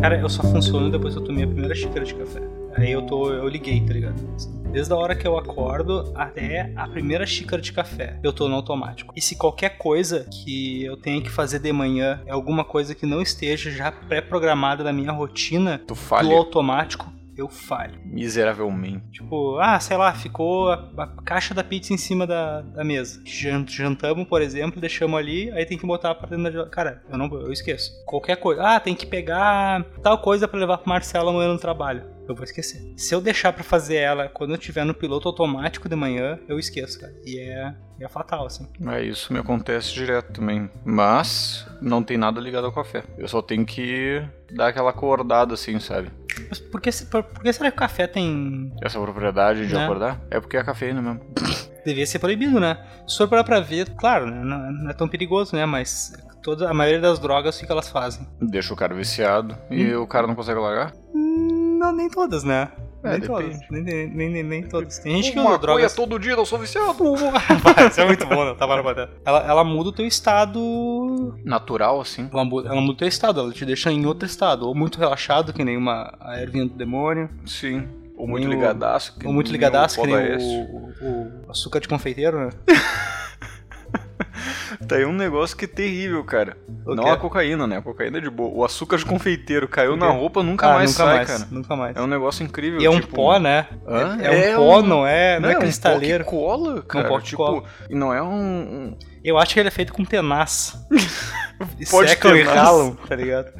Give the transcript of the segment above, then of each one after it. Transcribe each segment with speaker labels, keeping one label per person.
Speaker 1: Cara, eu só funciono depois que eu tomei a primeira xícara de café. Aí eu tô. eu liguei, tá ligado? Desde a hora que eu acordo até a primeira xícara de café, eu tô no automático. E se qualquer coisa que eu tenha que fazer de manhã é alguma coisa que não esteja já pré-programada na minha rotina
Speaker 2: Tu
Speaker 1: do
Speaker 2: falha
Speaker 1: automático, eu falho.
Speaker 2: miseravelmente.
Speaker 1: Tipo, ah, sei lá, ficou a, a caixa da pizza em cima da, da mesa. Jan- Jantamos, por exemplo, deixamos ali, aí tem que botar pra dentro da geladeira. Cara, eu não eu esqueço. Qualquer coisa. Ah, tem que pegar tal coisa pra levar pro Marcelo amanhã no trabalho. Eu vou esquecer. Se eu deixar pra fazer ela quando eu tiver no piloto automático de manhã, eu esqueço, cara. E é, é fatal, assim.
Speaker 2: É, isso me acontece direto também. Mas não tem nada ligado ao café. Eu só tenho que dar aquela acordada assim, sabe?
Speaker 1: Mas por que, se- por, por que será que o café tem.
Speaker 2: Essa propriedade de
Speaker 1: Né?
Speaker 2: acordar é porque é cafeína mesmo.
Speaker 1: devia ser proibido, né? Se for parar pra ver, claro, né, não, não é tão perigoso, né? Mas toda, a maioria das drogas, o que que elas fazem?
Speaker 2: Deixa o cara viciado e o cara não consegue largar.
Speaker 1: Hum, Não, nem todas, né?
Speaker 2: É,
Speaker 1: nem
Speaker 2: depende.
Speaker 1: todas. Nem, nem, nem, nem- nem todas. Tem gente que
Speaker 2: Fumo
Speaker 1: usa
Speaker 2: maconha
Speaker 1: drogas.
Speaker 2: todo dia, eu sou viciado.
Speaker 1: Isso é muito bom, né? Tá barbada. Ela, ela muda o teu estado.
Speaker 2: Natural, assim.
Speaker 1: Ela muda, ela muda o teu estado, ela te deixa em outro estado. Ou muito relaxado, que nem uma a ervinha do demônio.
Speaker 2: Sim. Ou muito
Speaker 1: Nem o-
Speaker 2: ligadaço. que é
Speaker 1: ou muito
Speaker 2: nem
Speaker 1: ligadaço, que nem
Speaker 2: Podaeste.
Speaker 1: o, o- o açúcar de confeiteiro, né?
Speaker 2: Tá aí um negócio que é terrível, cara.
Speaker 1: O
Speaker 2: não
Speaker 1: quê?
Speaker 2: a cocaína, né? A cocaína é de boa. O açúcar de confeiteiro caiu
Speaker 1: O
Speaker 2: na
Speaker 1: quê?
Speaker 2: roupa, nunca
Speaker 1: Ah,
Speaker 2: mais
Speaker 1: nunca
Speaker 2: sai,
Speaker 1: mais,
Speaker 2: cara.
Speaker 1: Nunca mais.
Speaker 2: É um negócio incrível.
Speaker 1: e é um
Speaker 2: tipo-
Speaker 1: pó, né?
Speaker 2: Hã?
Speaker 1: É, é um pó,
Speaker 2: um-
Speaker 1: não é, não é,
Speaker 2: um pó que
Speaker 1: cristaleiro. é
Speaker 2: cola, cara.
Speaker 1: pó que
Speaker 2: tipo,
Speaker 1: cola.
Speaker 2: e não é um. um-
Speaker 1: Eu acho que ele é feito com tenaz. E
Speaker 2: Pode
Speaker 1: secam e
Speaker 2: tenaz.
Speaker 1: ralam, tá ligado?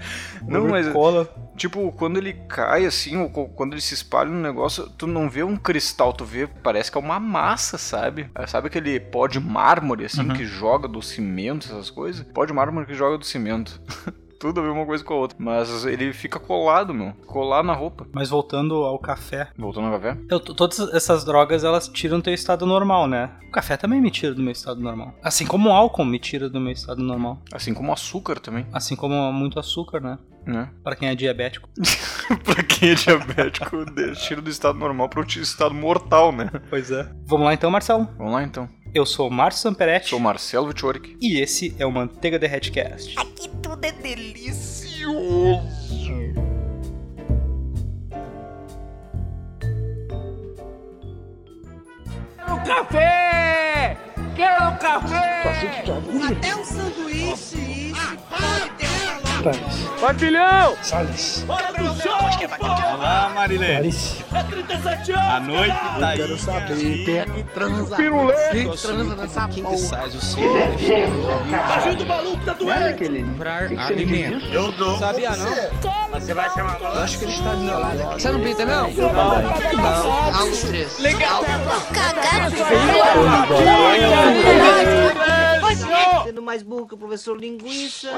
Speaker 2: Não,
Speaker 1: Bagulho
Speaker 2: mas-
Speaker 1: Cola.
Speaker 2: Tipo, quando ele cai assim, ou co- quando ele se espalha no negócio, tu não vê um cristal, tu vê, parece que é uma massa, sabe? É, Sabe aquele pó de mármore, assim,
Speaker 1: Uhum.
Speaker 2: que joga do cimento, essas coisas? Pó de mármore que joga do cimento. Tudo a ver uma coisa com a outra. Mas ele fica colado, meu. Colar na roupa.
Speaker 1: Mas voltando ao café,
Speaker 2: Voltando ao café?
Speaker 1: eu- t- todas essas drogas elas tiram teu estado normal, né? O café também me tira do meu estado normal. Assim como o álcool me tira do meu estado normal.
Speaker 2: Assim como açúcar também,
Speaker 1: Assim como muito açúcar, né?
Speaker 2: né?
Speaker 1: Pra quem é diabético.
Speaker 2: pra quem é diabético, tira do estado normal pro estado mortal, né?
Speaker 1: Pois é. Vamos lá então, Marcelo.
Speaker 2: Vamos lá então.
Speaker 1: Eu sou o Márcio Samperetti.
Speaker 2: Sou o Marcelo Vittoric.
Speaker 1: E esse é o Manteiga Derrete Cast.
Speaker 2: Aqui tudo é delicioso.
Speaker 3: café! Quero café!
Speaker 4: Até o sanduíche, isso pode ter
Speaker 3: Patilhão!
Speaker 5: Salles,
Speaker 6: Olá, Marilene.
Speaker 5: Clarice,
Speaker 6: A noite tá aí.
Speaker 4: saber quem é que transa.
Speaker 3: Pirulê!
Speaker 4: Quem transa nessa
Speaker 6: Que
Speaker 4: porra.
Speaker 6: sai o seu. Eu dou.
Speaker 3: Sabia não?
Speaker 4: Você não pinta, não? Aos três. Legal. Sendo mais burro que o professor linguiça.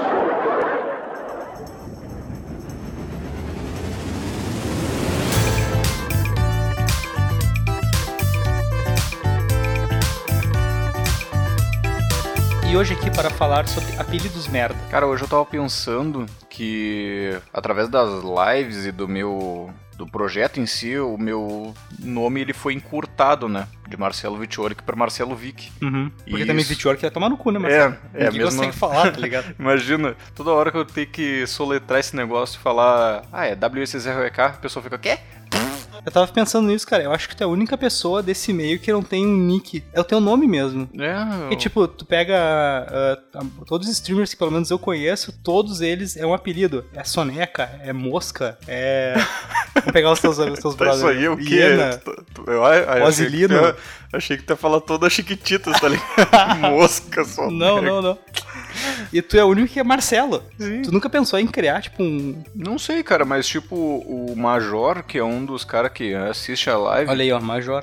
Speaker 1: E hoje aqui para falar sobre apelidos merda.
Speaker 2: Cara, hoje eu tava pensando que através das lives e do meu do projeto em si, o meu nome ele foi encurtado, né? De Marcelo Vittoric pra Marcelo Vick.
Speaker 1: Uhum. Porque
Speaker 2: Isso.
Speaker 1: também Vitior que ia tomar no cu, né, Marcelo?
Speaker 2: É, é a
Speaker 1: Ninguém
Speaker 2: mesma
Speaker 1: consegue falar, tá ligado?
Speaker 2: Imagina, toda hora que eu tenho que soletrar esse negócio e falar, ah, é WSZRK, a pessoa fica, quê?
Speaker 1: Eu tava pensando nisso, cara. Eu acho que tu é a única pessoa desse meio que não tem um nick. É o teu nome mesmo.
Speaker 2: É,
Speaker 1: E tipo, tu pega ah, ah, todos os streamers que pelo menos eu conheço, todos eles é um apelido. É soneca, é mosca, é. Vou pegar os teus, os teus
Speaker 2: tá
Speaker 1: brothers.
Speaker 2: isso aí, o quê?
Speaker 1: Hiena.
Speaker 2: Tu- tu- Eu, eu- eu achei que tu
Speaker 1: Vaselina.
Speaker 2: ia- achei que tu ia falar toda chiquititas, tá ligado? Mosca só.
Speaker 1: Não, não, não. E tu é o único que é Marcelo.
Speaker 2: Sim.
Speaker 1: Tu nunca pensou em criar, tipo, um.
Speaker 2: Não sei, cara, mas tipo, o Major, que é um dos caras que assiste a live,
Speaker 1: Olha aí, ó, Major.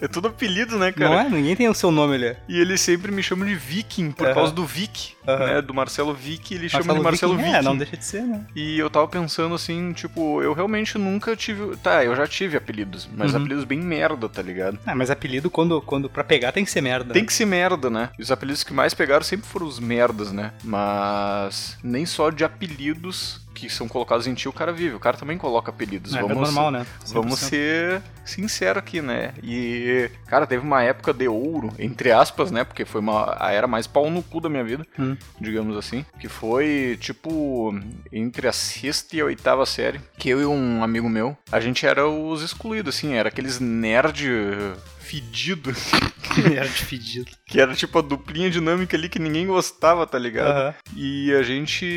Speaker 2: é tudo apelido, né,
Speaker 1: Não
Speaker 2: cara?
Speaker 1: é? Ninguém tem o seu nome ali.
Speaker 2: E ele sempre me chama de Viking, por
Speaker 1: Aham.
Speaker 2: causa do Vic,
Speaker 1: Aham.
Speaker 2: né? Do Marcelo Vic, ele chama de Marcelo
Speaker 1: Viking?
Speaker 2: Viking.
Speaker 1: É, não deixa de ser, né?
Speaker 2: E eu tava pensando assim, tipo, eu realmente nunca tive. Tá, eu já tive apelidos, mas
Speaker 1: Uhum.
Speaker 2: apelidos bem merda, tá ligado?
Speaker 1: Ah, mas apelido, quando, quando pra pegar, tem que ser merda.
Speaker 2: Tem que ser merda, né? E Os apelidos que mais pegaram sempre foram os merdas, né? Mas nem só de apelidos que são colocados em ti, o cara vive. O cara também coloca apelidos.
Speaker 1: É, é
Speaker 2: vamos,
Speaker 1: normal, né? 100%.
Speaker 2: Vamos ser sincero aqui, né? E, cara, teve uma época de ouro, entre aspas, né? Porque foi uma, a era mais pau no cu da minha vida,
Speaker 1: Hum.
Speaker 2: digamos assim. Que foi, tipo, entre a sexta e a oitava série, que eu e um amigo meu, a gente era os excluídos, assim. Era aqueles nerd fedido,
Speaker 1: Era de fedido.
Speaker 2: que era tipo a duplinha dinâmica ali que ninguém gostava, tá ligado?
Speaker 1: Aham.
Speaker 2: E a gente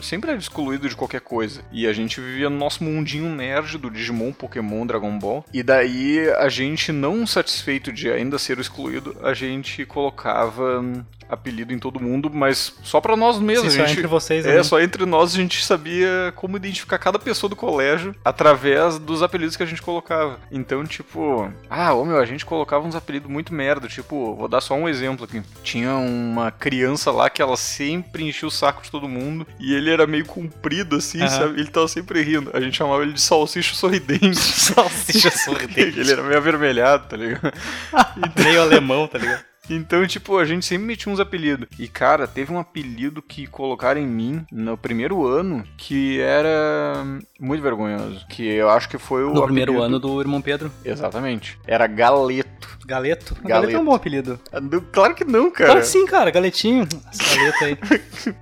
Speaker 2: sempre era excluído de qualquer coisa. E a gente vivia no nosso mundinho nerd do Digimon, Pokémon, Dragon Ball. E daí a gente, não satisfeito de ainda ser o excluído, a gente colocava hum, apelido em todo mundo, mas só pra nós
Speaker 1: Sim,
Speaker 2: mesmos.
Speaker 1: só
Speaker 2: a gente...
Speaker 1: entre vocês,
Speaker 2: É,
Speaker 1: né?
Speaker 2: só entre nós a gente sabia como identificar cada pessoa do colégio através dos apelidos que a gente colocava. Então, tipo, ah, ô meu, a gente colocava uns apelidos muito merda. Tipo, vou dar só um exemplo aqui. Tinha uma criança lá que ela sempre enchia o saco de todo mundo e ele era meio comprido assim,
Speaker 1: Aham.
Speaker 2: sabe? Ele tava sempre rindo. A gente chamava ele de salsicha sorridente. salsicha sorridente. ele era meio avermelhado, tá ligado?
Speaker 1: Meio alemão, tá ligado?
Speaker 2: Então, tipo, a gente sempre metia uns apelidos. E, cara, teve um apelido que colocaram em mim no primeiro ano que era muito vergonhoso. Que eu acho que foi o.
Speaker 1: No primeiro
Speaker 2: apelido-
Speaker 1: ano do irmão Pedro.
Speaker 2: Exatamente. Era galeto.
Speaker 1: Galeto. Galeto, é
Speaker 2: Galeto. É.
Speaker 1: um bom apelido.
Speaker 2: Ah, não- Claro que não, cara.
Speaker 1: Claro que sim, cara. Galetinho. Essa Galeto aí.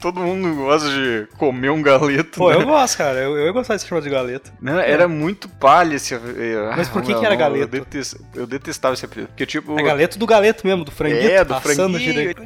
Speaker 2: Todo mundo gosta de comer um galeto.
Speaker 1: Pô,
Speaker 2: né?
Speaker 1: eu gosto, cara. Eu, eu ia gostar de ser chamado de galeto.
Speaker 2: Não, era muito palha esse. eh,
Speaker 1: Mas
Speaker 2: ah,
Speaker 1: por que
Speaker 2: meu,
Speaker 1: que era
Speaker 2: não, Eu,
Speaker 1: galeto?
Speaker 2: detest- eu detestava esse apelido. Porque, tipo.
Speaker 1: É galeto do galeto mesmo, do franguito.
Speaker 2: É, do
Speaker 1: assando
Speaker 2: franguinho.
Speaker 1: direito.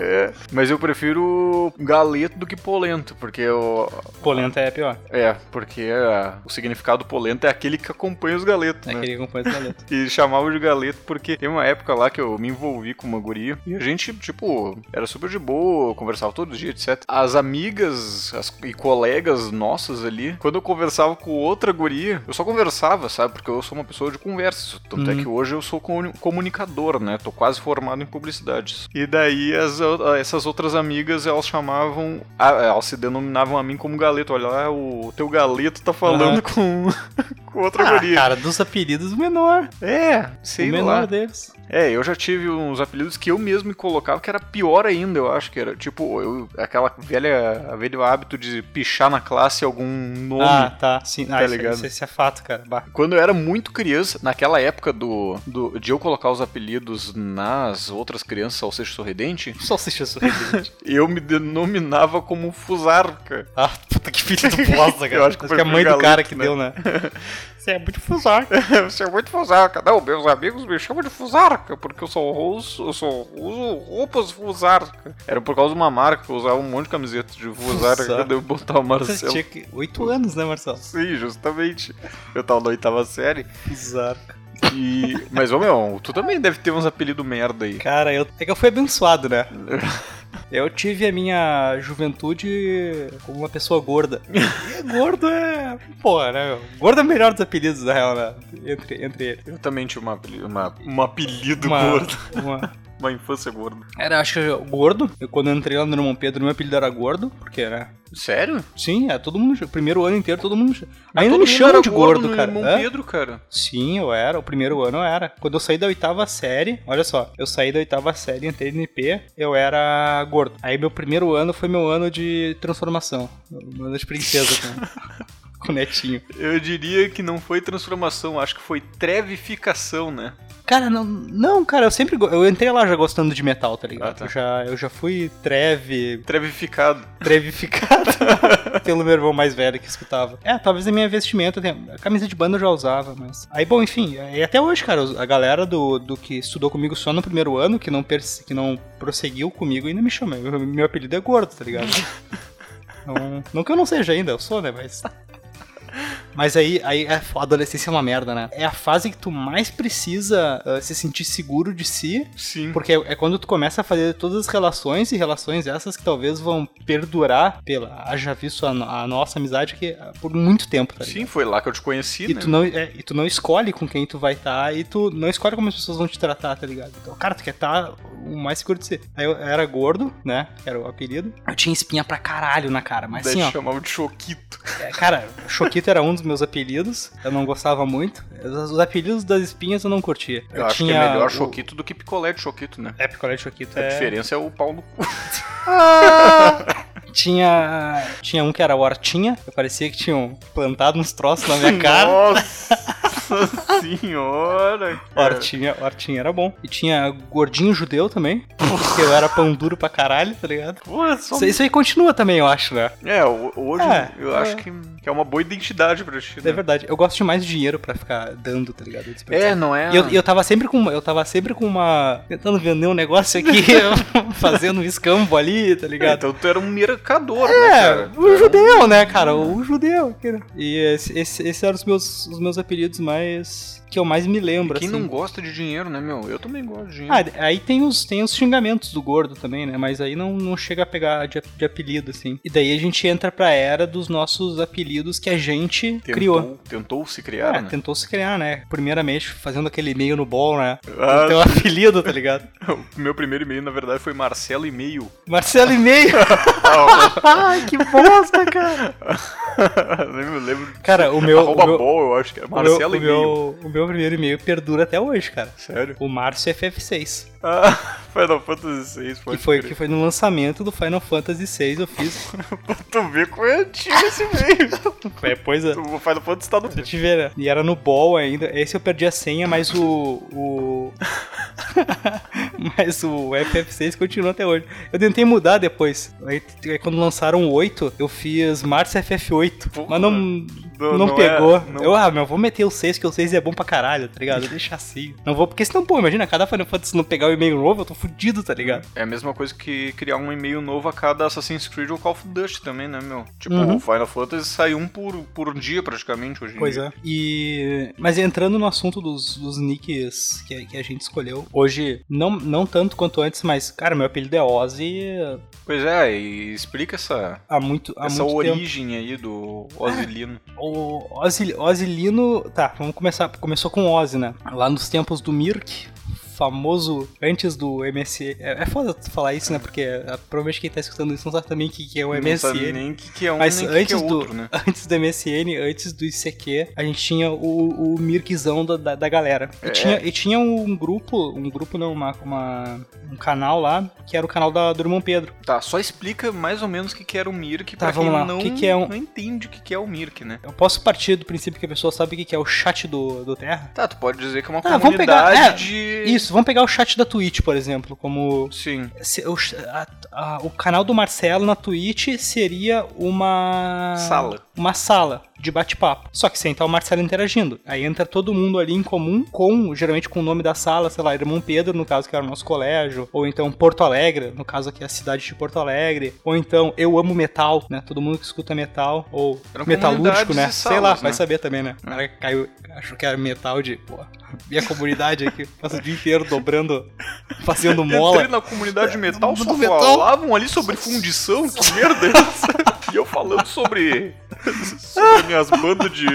Speaker 2: é, mas eu prefiro galeto do que polento, porque eu,
Speaker 1: Polenta é pior.
Speaker 2: É, porque ah, o significado polenta é aquele que acompanha os galetos,
Speaker 1: É
Speaker 2: né?
Speaker 1: aquele que acompanha esse galeto.
Speaker 2: E chamava de galeto porque tem uma época lá que eu me envolvi com uma guria e a gente, tipo, era super de boa, conversava todo dia, etc. As amigas as- e colegas nossas ali, quando eu conversava com outra guria, eu só conversava, sabe? Porque eu sou uma pessoa de conversa. Tanto
Speaker 1: Uhum.
Speaker 2: é que hoje eu sou comuni- comunicador, né? Tô quase formado em publicidades. E daí as o- essas outras amigas, elas chamavam, ah, elas se denominavam a mim como galeto. Olha lá, o teu galeto tá falando
Speaker 1: Ah.
Speaker 2: com, com outra guria.
Speaker 1: cara, dos apelidos, o menor.
Speaker 2: É, Ah, sei
Speaker 1: o menor
Speaker 2: lá.
Speaker 1: deles.
Speaker 2: É, eu já tive uns apelidos que eu mesmo me colocava que era pior ainda, eu acho que era. Tipo, eu, aquela velha, velho hábito de pichar na classe algum nome.
Speaker 1: Ah, tá. Sim.
Speaker 2: Tá
Speaker 1: Ah, isso,
Speaker 2: ligado?
Speaker 1: isso, isso é fato, cara. Bah.
Speaker 2: Quando eu era muito criança, naquela época do, do de eu colocar os apelidos nas outras crianças, ao seja sorridente,
Speaker 1: Salsicha sorridente.
Speaker 2: eu me denominava como Fusarca.
Speaker 1: ah, puta que filho do bosta, cara.
Speaker 2: Eu acho que
Speaker 1: é a mãe do
Speaker 2: prefiro
Speaker 1: cara
Speaker 2: galeto,
Speaker 1: que
Speaker 2: né?
Speaker 1: deu, né? Você é muito fusar.
Speaker 2: Você é muito Fusarca. Não, meus amigos me chamam de Fusarca, porque eu só uso, eu só uso roupas Fusarca. Era por causa de uma marca que eu usava um monte de camiseta de Fusarca,
Speaker 1: Fusarca.
Speaker 2: que eu devo botar
Speaker 1: Você é um
Speaker 2: o Marcelo.
Speaker 1: tinha que... Oito anos, né, Marcelo?
Speaker 2: Sim, justamente. Eu tava na oitava série.
Speaker 1: Fusar.
Speaker 2: E... Mas, ô meu, tu também deve ter uns apelidos merda aí.
Speaker 1: Cara, eu... é que eu fui abençoado, né? Eu tive a minha juventude como uma pessoa gorda. E gordo é. Porra, né? meu? Gordo é o melhor dos apelidos, na real, né? Entre, entre eles.
Speaker 2: Eu também tinha uma, apeli- uma, um apelido
Speaker 1: Uma-
Speaker 2: gordo.
Speaker 1: uma-
Speaker 2: Uma infância gorda.
Speaker 1: Era, acho que eu- gordo. Eu, quando eu entrei lá no Irmão Pedro, meu apelido era gordo, porque, né?
Speaker 2: Sério?
Speaker 1: Sim, é, todo mundo. Primeiro ano inteiro, todo mundo. Ainda me
Speaker 2: Todo mundo
Speaker 1: chamam
Speaker 2: era
Speaker 1: de gordo,
Speaker 2: no
Speaker 1: cara.
Speaker 2: Irmão
Speaker 1: Hã?
Speaker 2: Pedro, cara.
Speaker 1: Sim, eu era. O primeiro ano eu era. Quando eu saí da oitava série, olha só, eu saí da oitava série, entrei no IP, eu era gordo. Aí meu primeiro ano foi meu ano de transformação. Meu ano de princesa com, com o netinho.
Speaker 2: Eu diria que não foi transformação, acho que foi trevificação, né?
Speaker 1: Cara, não, não, cara, eu sempre. go- Eu entrei lá já gostando de metal, tá ligado?
Speaker 2: Ah, tá.
Speaker 1: eu, já, eu já fui treve,
Speaker 2: Trevificado.
Speaker 1: trevificado pelo meu irmão mais velho que escutava. É, talvez a minha vestimenta tenha. A camisa de banda eu já usava, mas. Aí, bom, enfim, é, e até hoje, cara, a galera do, do que estudou comigo só no primeiro ano, que não, perse- que não prosseguiu comigo, ainda me chama. Meu, meu apelido é gordo, tá ligado? Não, não que eu não seja ainda, eu sou, né? Mas. Mas aí, aí é fo- a adolescência é uma merda, né? É a fase que tu mais precisa ah, se sentir seguro de si
Speaker 2: Sim.
Speaker 1: porque é quando tu começa a fazer todas as relações e relações essas que talvez vão perdurar pela haja visto a, no- a nossa amizade que ah, por muito tempo, tá ligado?
Speaker 2: Sim, foi lá que eu te conheci,
Speaker 1: E
Speaker 2: né?
Speaker 1: tu, não, é, e tu não escolhe com quem tu vai estar e tu não escolhe como as pessoas vão te tratar, tá ligado? Então, cara, tu quer estar o mais seguro de si. Aí eu era gordo, né? Era o apelido. Eu tinha espinha pra caralho na cara, mas
Speaker 2: Daí
Speaker 1: assim, ó.
Speaker 2: te chamavam de Choquito.
Speaker 1: É, Cara, Choquito era um dos meus apelidos. Eu não gostava muito. Os os apelidos das espinhas eu É, não curtia.
Speaker 2: Eu, acho que é melhor Choquito do que picolé de Choquito, né?
Speaker 1: É, picolé de Choquito
Speaker 2: A
Speaker 1: é...
Speaker 2: diferença é o pau no cu.
Speaker 1: Tinha. Tinha um que era hortinha. Eu parecia que tinham plantado uns troços na minha cara.
Speaker 2: Nossa senhora, cara.
Speaker 1: Hortinha, hortinha era bom. E tinha gordinho judeu também. Porque eu era pão duro pra caralho, tá ligado?
Speaker 2: Porra, é só...
Speaker 1: Isso, isso aí continua também, eu acho, né?
Speaker 2: É, ho- hoje
Speaker 1: É,
Speaker 2: eu
Speaker 1: é.
Speaker 2: acho que, que é uma boa identidade pra ti. né?
Speaker 1: É verdade. Eu gosto de mais dinheiro pra ficar dando, tá ligado?
Speaker 2: É, não é?
Speaker 1: E eu, eu tava sempre com uma, eu tava sempre com uma tentando vender um negócio aqui, eu fazendo um escambo ali, tá
Speaker 2: É,
Speaker 1: ligado?
Speaker 2: então tu era um mercador, né,
Speaker 1: É,
Speaker 2: cara?
Speaker 1: o judeu, né, cara? O judeu. que- né? E esse, esse, esses eram os meus, os meus apelidos mais. que eu mais me lembro,
Speaker 2: Quem
Speaker 1: assim.
Speaker 2: não gosta de dinheiro, né, meu? Eu também gosto de dinheiro.
Speaker 1: Ah, aí tem os, tem os xingamentos do gordo também, né? Mas aí não, não chega a pegar de, de apelido, assim. E daí a gente entra pra era dos nossos apelidos que a gente
Speaker 2: tentou,
Speaker 1: criou.
Speaker 2: Tentou se criar,
Speaker 1: É,
Speaker 2: né?
Speaker 1: tentou se criar, né? Primeiramente, fazendo aquele meio no bol, né?
Speaker 2: Ah.
Speaker 1: O teu apelido, tá ligado?
Speaker 2: O meu primeiro e-mail, na verdade, foi Marcelo e-mail.
Speaker 1: Marcelo e meio. Ai, que bosta, cara.
Speaker 2: Nem me lembro.
Speaker 1: Cara, o meu.
Speaker 2: Arroba
Speaker 1: o meu,
Speaker 2: bol, eu acho que era.
Speaker 1: o meu-
Speaker 2: Marcelo
Speaker 1: o
Speaker 2: e-mail.
Speaker 1: meu, o meu primeiro e-mail perdura até hoje, cara.
Speaker 2: Sério?
Speaker 1: O Márcio FF6.
Speaker 2: Ah, Final Fantasy VI,
Speaker 1: Que
Speaker 2: pode
Speaker 1: foi,
Speaker 2: crer.
Speaker 1: que foi no lançamento do Final Fantasy VI, eu fiz.
Speaker 2: Tu vê como é antigo esse e-mail.
Speaker 1: é, pois é.
Speaker 2: o Final Fantasy tá no...
Speaker 1: Eu tive, né? E era no Ball ainda. Esse eu perdi a senha, mas o. o... mas o FF6 continua até hoje. Eu tentei mudar depois. Aí, t- aí quando lançaram o 8, eu fiz Mars FF8.
Speaker 2: Porra.
Speaker 1: mas não,
Speaker 2: Não-
Speaker 1: não,
Speaker 2: não é-
Speaker 1: pegou.
Speaker 2: não-
Speaker 1: Eu, ah, meu, vou meter o 6, que o 6 é bom pra caralho, tá ligado? Deixa assim. Não vou, porque senão, pô, imagina, cada Final Fantasy não pegar o e-mail novo, eu tô fudido, tá ligado?
Speaker 2: É a mesma coisa que criar um e-mail novo a cada Assassin's Creed ou Call of Duty também, né, meu? Tipo,
Speaker 1: Uhum.
Speaker 2: o Final Fantasy sai um por, por dia praticamente hoje em
Speaker 1: Pois
Speaker 2: dia.
Speaker 1: é. E. Mas entrando no assunto dos, dos nicks que, que a gente escolheu, hoje, não, não tanto quanto antes, mas, cara, meu apelido é Ozzy
Speaker 2: Pois é, e explica essa,
Speaker 1: há muito, há
Speaker 2: essa
Speaker 1: muito tempo. É,
Speaker 2: origem aí do Ozilino.
Speaker 1: O Ozzy, Ozzy Lino. Tá, vamos começar. Começou com Ozzy, né? Lá nos tempos do Mirk. Famoso antes do MSN. É, é foda tu falar isso, né? Porque ah, provavelmente quem tá escutando isso não sabe também o que, que é o
Speaker 2: Não sabe
Speaker 1: MSN.
Speaker 2: nem o que, que é um
Speaker 1: Mas
Speaker 2: nem o que, que é
Speaker 1: antes, do,
Speaker 2: outro, né?
Speaker 1: antes do MSN, antes do ICQ, a gente tinha o, o Mirkzão da, da, da galera. E,
Speaker 2: É.
Speaker 1: tinha, e tinha um grupo, um grupo não, uma, uma- um canal lá, que era o canal da, do Irmão Pedro.
Speaker 2: Tá, só explica mais ou menos o que, que era o Mirk
Speaker 1: Tá,
Speaker 2: pra quem
Speaker 1: vamos lá.
Speaker 2: não,
Speaker 1: O que que é um-
Speaker 2: não entende o que, que é o Mirk, né?
Speaker 1: Eu posso partir do princípio que a pessoa sabe o que que é o chat do, do Terra?
Speaker 2: Tá, tu pode dizer que é uma
Speaker 1: Ah, vamos pegar-
Speaker 2: comunidade
Speaker 1: é,
Speaker 2: de...
Speaker 1: Isso, vamos pegar o chat da Twitch, por exemplo, como...
Speaker 2: Sim.
Speaker 1: se- o, ch- a- a- o canal do Marcelo na Twitch seria uma...
Speaker 2: Sala.
Speaker 1: uma sala de bate-papo. Só que sem estar o Marcelo interagindo. Aí entra todo mundo ali em comum, com geralmente com o nome da sala, sei lá, Irmão Pedro, no caso que era o nosso colégio, ou então Porto Alegre, no caso aqui é a cidade de Porto Alegre, ou então Eu Amo Metal, né? Todo mundo que escuta metal, ou
Speaker 2: Eram
Speaker 1: metalúrgico,
Speaker 2: comunidades
Speaker 1: né?
Speaker 2: e
Speaker 1: sei lá,
Speaker 2: salas,
Speaker 1: vai
Speaker 2: né?
Speaker 1: saber também, né? O cara caiu, achou que era metal de, pô, minha comunidade aqui, passa o dia inteiro dobrando, fazendo
Speaker 2: Entrei
Speaker 1: mola.
Speaker 2: na comunidade metal, só
Speaker 1: Do metal.
Speaker 2: falavam ali sobre fundição, que merda é essa? E eu falando sobre, sobre minhas bandas de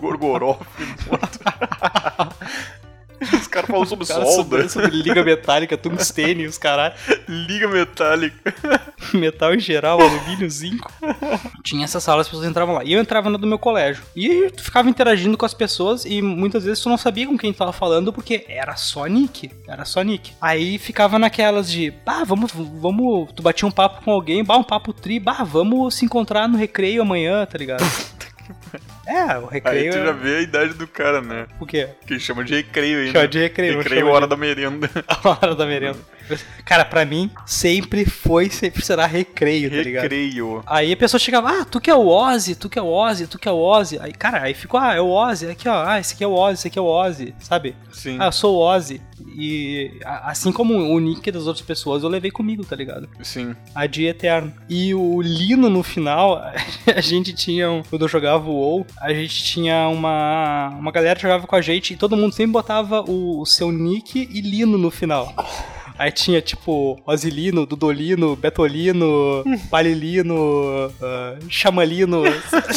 Speaker 2: gorgorof. Os caras falam sobre
Speaker 1: O cara
Speaker 2: solda,
Speaker 1: sobre, sobre liga metálica, tungstênio, os caralho.
Speaker 2: liga metálica.
Speaker 1: metal em geral, alumínio, zinco. Tinha essa sala, as pessoas entravam lá. E eu entrava na do meu colégio. E aí tu ficava interagindo com as pessoas e muitas vezes tu não sabia com quem tu tava falando porque era só nick. Era só nick. Aí ficava naquelas de, bah, vamos, vamos. Tu batia um papo com alguém, bah, um papo tri, bah, vamos se encontrar no recreio amanhã, tá ligado? É, o
Speaker 2: Aí
Speaker 1: recreio.
Speaker 2: tu já
Speaker 1: É...
Speaker 2: vê a idade do cara, né?
Speaker 1: O quê?
Speaker 2: Que chama de recreio ainda.
Speaker 1: Chama de né? Tá recreio, não
Speaker 2: Recreio
Speaker 1: chama
Speaker 2: hora da merenda.
Speaker 1: A hora da merenda. Cara, pra mim, sempre foi, sempre será recreio, tá ligado?
Speaker 2: Recreio.
Speaker 1: Aí a pessoa chegava, ah, tu que é o Ozzy, tu que é o Ozzy, tu que é o Ozzy. Aí, cara, aí ficou, ah, é o Ozzy, aqui ó, ah, esse aqui é o Ozzy, esse aqui é o Ozzy, sabe?
Speaker 2: Sim.
Speaker 1: Ah, eu sou o Ozzy. E a- assim como o nick das outras pessoas, eu levei comigo, tá ligado?
Speaker 2: Sim.
Speaker 1: A dia eterno. E o Lino no final, a gente tinha, um- quando eu jogava o WoW, a gente tinha uma, uma galera que jogava com a gente e todo mundo sempre botava o, o seu nick e Lino no final. Aí tinha tipo Ozilino, Dudolino, Betolino, Palilino, ah, Chamalino.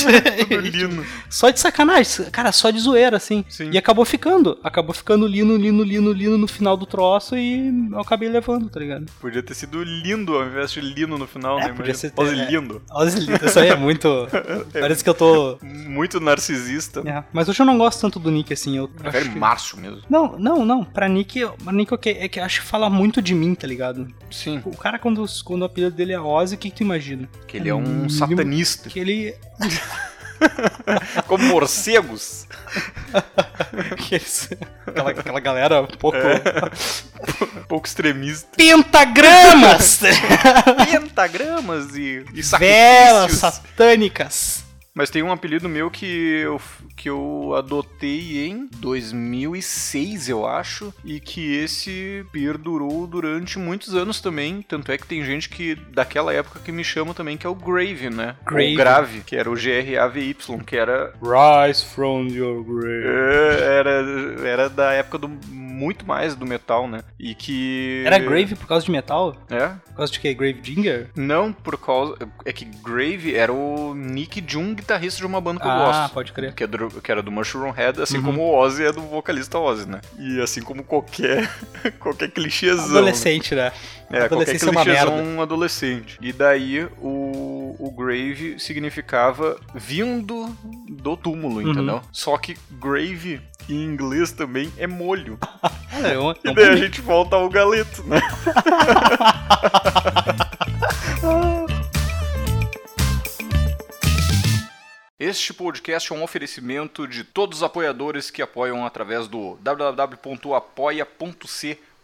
Speaker 2: Lino.
Speaker 1: só de sacanagem, cara, só de zoeira, assim.
Speaker 2: Sim.
Speaker 1: E acabou ficando. Acabou ficando Lino, Lino, Lino, Lino no final do troço e eu acabei levando, tá ligado?
Speaker 2: Podia ter sido lindo ao invés de lino no final,
Speaker 1: É,
Speaker 2: né?
Speaker 1: podia
Speaker 2: Mas
Speaker 1: ser-
Speaker 2: quase
Speaker 1: é.
Speaker 2: lindo.
Speaker 1: Ozilino, isso aí é muito. Parece que eu tô.
Speaker 2: Muito narcisista.
Speaker 1: É, mas hoje eu não
Speaker 2: É
Speaker 1: gosto tanto do Nick, assim. Eu acho
Speaker 2: Prefere
Speaker 1: que-
Speaker 2: Márcio mesmo.
Speaker 1: Não, não, não. Pra Nick, eu- pra Nick ok. É que eu acho que fala muito de mim, tá ligado?
Speaker 2: Sim.
Speaker 1: O cara, quando, quando o apelido dele é Ozzy, o que, que tu imagina?
Speaker 2: Que ele é um satanista.
Speaker 1: Que ele,
Speaker 2: Como morcegos.
Speaker 1: que ele aquela, aquela galera um pouco...
Speaker 2: É. Um Pouco extremista.
Speaker 1: Pentagramas!
Speaker 2: Pentagramas e, e
Speaker 1: Velas
Speaker 2: sacrifícios.
Speaker 1: satânicas!
Speaker 2: Mas tem um apelido meu que eu, que eu adotei em 2006, eu acho, e que esse perdurou durante muitos anos também. Tanto é que tem gente que daquela época que me chama também, que é o Grave, né?
Speaker 1: Grave.
Speaker 2: Ou Grave, que era o G-R-A-V-Y, que era
Speaker 1: Rise from your grave.
Speaker 2: É, era, era da época do muito mais do metal, né? E que.
Speaker 1: Era Grave por causa de metal?
Speaker 2: É.
Speaker 1: Por causa de quê? Grave Dinger?
Speaker 2: Não, por causa. É que Grave era o nick de um guitarrista de uma banda que eu
Speaker 1: Ah,
Speaker 2: gosto.
Speaker 1: pode crer. Uhum.
Speaker 2: Que, é do- que era do Mushroom Head, assim como o Ozzy é do vocalista Ozzy, né? E assim como qualquer, qualquer clichêzão. né?
Speaker 1: Adolescente, né?
Speaker 2: É, qualquer
Speaker 1: Adolescência é uma
Speaker 2: clichêzão
Speaker 1: merda.
Speaker 2: um adolescente. E daí o, o grave significava vindo do túmulo,
Speaker 1: Uhum.
Speaker 2: entendeu? Só que grave em inglês também é molho.
Speaker 1: É, um- é
Speaker 2: E
Speaker 1: um
Speaker 2: daí a gente volta ao galeto, né? Este podcast é um oferecimento de todos os apoiadores que apoiam através do www.apoia.c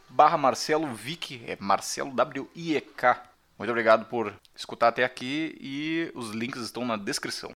Speaker 2: barra Marcelo Vick, é Marcelo W-I-E-K. Muito obrigado por escutar até aqui e os links estão na descrição.